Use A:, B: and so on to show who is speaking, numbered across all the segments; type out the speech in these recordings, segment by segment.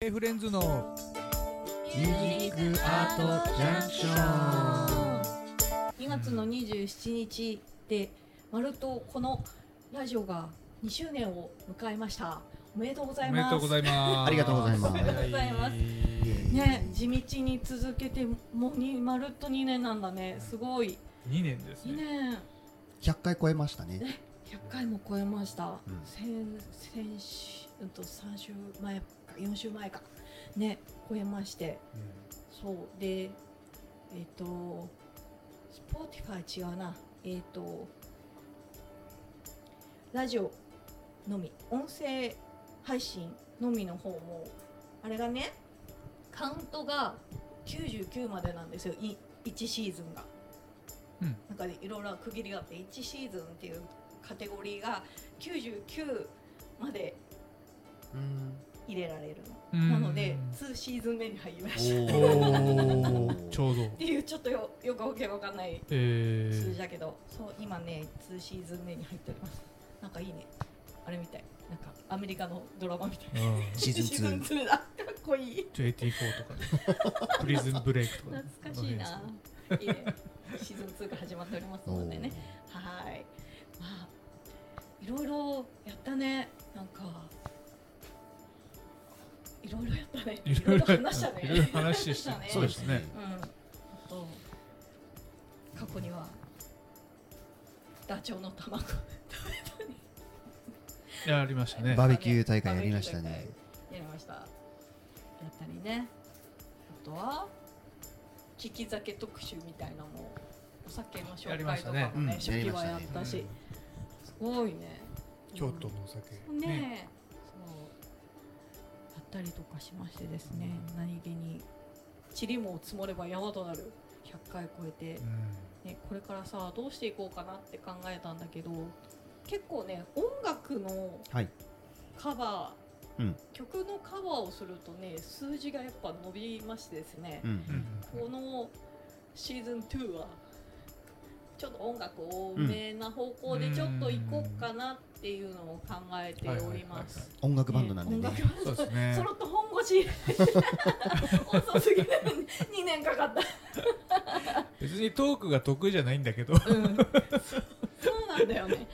A: Hey フレンズの
B: ミュージックアートジャンクショ
C: 2月の27日で丸とこのラジオが2周年を迎えましたおめでとうござい
A: おめで
C: ます
A: とうございます。
B: ありがとうございます
C: おめでとうございます
A: 2
C: ね地道に続けてもうに丸っと2年なんだねすごい
A: 年です
C: 2
A: ね。
C: 年
B: 100回超えましたね。
C: 100回も超えました、
B: うん
C: 先先週うんと3週前か4週前かね超えましてそうでえっ、と Spotify 違うなえっ、とラジオのみ音声配信のみの方もあれがねカウントが99までなんですよい1シーズンが。
A: うん
C: なんかいろいろな区切りがあって1シーズンっていうカテゴリーが99まで
B: うん。
C: 入れられる
A: う
C: の。
A: ん
C: なので2シーズン目に入りました。
A: おーちょうど
C: っていうちょっとよよくわけわかんない
A: え
C: 数
A: ー
C: 字だけど、そう今ね2シーズン目に入っておりますなんかいいねあれみたいなんかアメリカのドラマみたいな
A: うん
B: シーズン
C: シーズン2だかっこいい
A: JT4 とかねプリズンブレイクとかね
C: 懐かしいな。いいねシーズン2が始まっておりますのでねはーいまあいろいろやったねなんかいろいろやったね
A: い
C: い
A: ろ
C: ろ
A: い
C: い
A: ろ
C: ろ話したね
A: いろいろ話し
C: 話
A: た
C: ね
A: そうですね。
C: うん、あと過去にはダチョウの卵食べたね
A: やりましたね
B: バーベキュー大会やりましたね
C: バーベキュー大会 やりましたやったりねあとは利き酒特集みたいなのもお酒の
A: や
C: 紹
A: りま
C: 介
A: し
C: と
A: た
C: か
A: ね
C: もね
B: うん
C: 初期はやったし、すごいね
D: 京都のお酒
C: うんね
A: ね
C: そうやったりとかしましてですね、何気に塵も積もれば山となる100回超えて、
A: うん
C: ね、これからさどうしていこうかなって考えたんだけど結構ね音楽の
B: はい
C: カバー、
B: うん
C: 曲のカバーをするとね数字がやっぱ伸びましてですね
B: う、ん。
C: このシーズン2はちょっと音楽多めな方向でちょっと行こうかなっていうのを考えております。
B: 音楽バンドなんで
C: 音
B: ね。
C: 楽
A: そうですね
C: そろっと本腰 遅すぎる2年かかった
A: 別にトークが得意じゃないんだけど
C: うんそうなんだよね。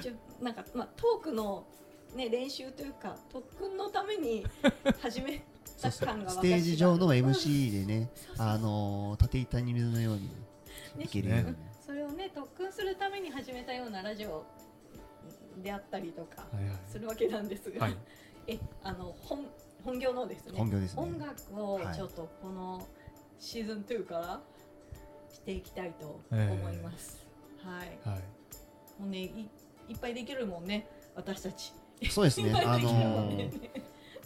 C: 一応なんかまあトークのね練習というか特訓のために始め
B: そ
C: た
B: うそう
C: 感が私
B: ス
C: が
B: テージ上の MC でね
C: そう、そう
B: あのー、縦板に水のように
C: ね
B: いけるように
A: ね。
C: それをね特訓するために始めたようなラジオであったりとか
A: はいは
C: するわけなんです
A: い
C: が、
A: はい
C: えあの本本業のですね
B: 本業ですね
C: 音楽をちょっとこのシーズン2からしていきたいと思います。はい、
A: はい
C: もうねいいっぱいできるもんね私たち。
B: そうです ね、あのー、
C: ー、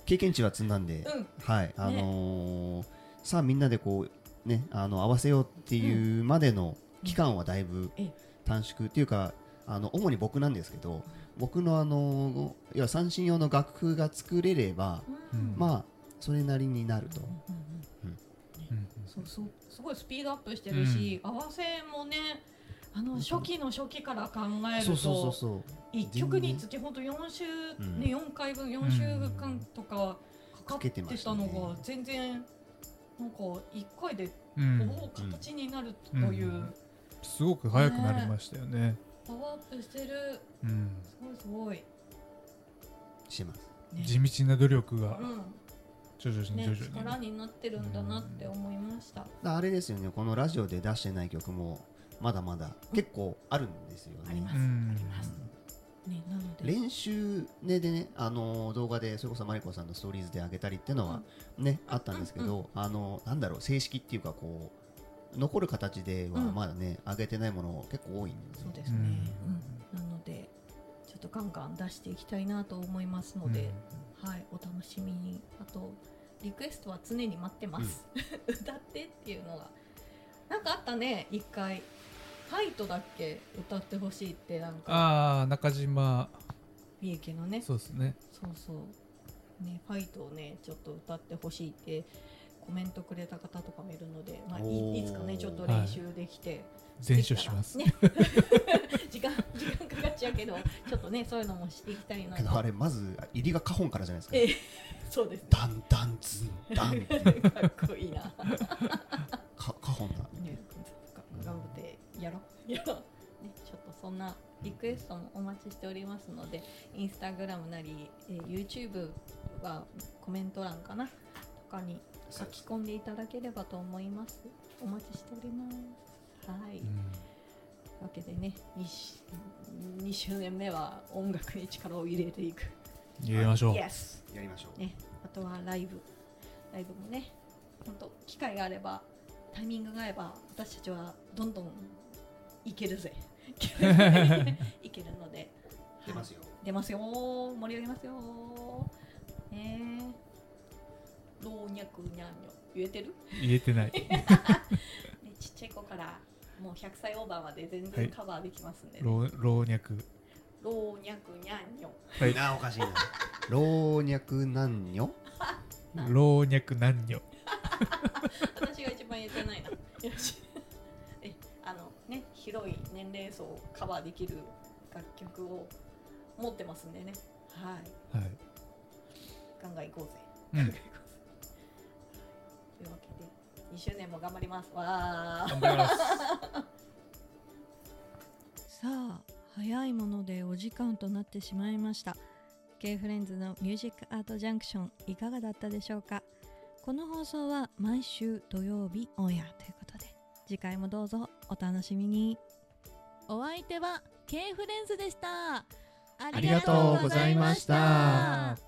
B: 経験値は積んだんで、
C: うん
B: はい、あのー、さあみんなでこう、ね、あの、合わせようっていうまでの期間はだいぶ
C: ええ
B: 短縮っていうか、あの、主に僕なんですけど、僕のあのー、要は三振用の楽譜が作れれば、
A: うん
B: まあ、それなりになると。
C: うんうんうん
A: うん
C: そうそうすごいスピードアップしてるし、合わせもねあの初期の初期から考える
B: そうそうそう
C: と
B: そう。
C: 一曲につき本当4週、
B: ん
C: ね4回分4週間とかかか
B: か
C: って
B: けてました
C: た
B: ね
C: のが全然なんか1回で
A: うん
C: ほぼ形になるという、
A: うんすごく早くなりましたよね
C: パワーアップしてる
A: うん
C: すごいすごい、ね
B: してます。
A: 地道な努力が
C: う
A: 徐々に
C: ん
A: 徐
C: ね、
A: 々に
C: 力になってるんだなって思いました。
B: だあれですよね、このラジオで出してない曲も、まだまだ結構あるんですよ
C: ありま
B: ね。
C: す、
A: うん
C: あります。ね、なので。
B: 練習ねでね、あのー動画で、それこそマリコさんのストーリーズで上げたりってのはね、あったんですけど、あのーなんだろう、正式っていうか、こう、残る形では
C: うん
B: まだね、上げてないもの結構多いんで、。
C: そうですすね。
A: う
C: うんなので、ちょっとガンガン出していきたいなと思いますので、はい、お楽しみに。あと、リクエストは常に待ってます。 歌ってっていうのが。なんかあったね、一回。ファイトだっけ歌ってほしいって、なんか、
A: ああ中島
C: 三重県のね。
A: そうですね
C: そうそう。ね、ファイトをね、ちょっと歌ってほしいって、コメントくれた方とかもいるので、まあ、
B: お
C: い
B: ー
C: いつかね、ちょっと練習できて、
A: 全書します
C: ね、 時間時間かかっちゃうけど、ちょっとねそういうのもしていきたいな
B: け
C: と。
B: ど、あれ、まず、入りが花本からじゃないですか。
C: ええそうですね
B: ダンダンズンダンっていう
C: かっこいいな。
B: かカホンだ
C: ね、頑張ってやろう。やろう。ね、ちょっとそんなリクエストもお待ちしておりますので、インスタグラムなり、えー YouTube はコメント欄かなとかに書き込んでいただければと思います。お待ちしております。はい。というわけでね、2, 2周年目は音楽に力を入れていく。
A: 入れましょう
C: イエス
B: やりましょう
C: ね、あとはライブライブもね本当機会があればタイミングが合えば私たちはどんどんいけるぜ いけるので
B: 出ますよ
C: 出ますよー盛り上げますよーねー老若にゃんよ言えてる、
A: 言えてない
C: ね、ちっちゃい子からもう100歳オーバーまで全
A: はい
C: 然カバーできますんで、ね
A: 老老 若
C: 老若にゃんよ
A: はい
B: なあおかしいな老若男女
A: 老若男女
C: 私が一番言えてないな。 よし。え、あのね、広い年齢層をカバーできる楽曲を持ってますんでね。は
A: は
C: い。
A: い
C: ガンガン行こうぜ。
A: うん
C: ガンガン行こうぜ。というわけで、2周年も頑張ります。わー。
A: 頑張ります
C: さあ、早いものでお時間となってしまいました。K フレンズのミュージックアートジャンクションいかがだったでしょうかこの放送は毎週土曜日オンエアということで次回もどうぞお楽しみにお相手は K フレンズでしたあ
A: ありがとうございました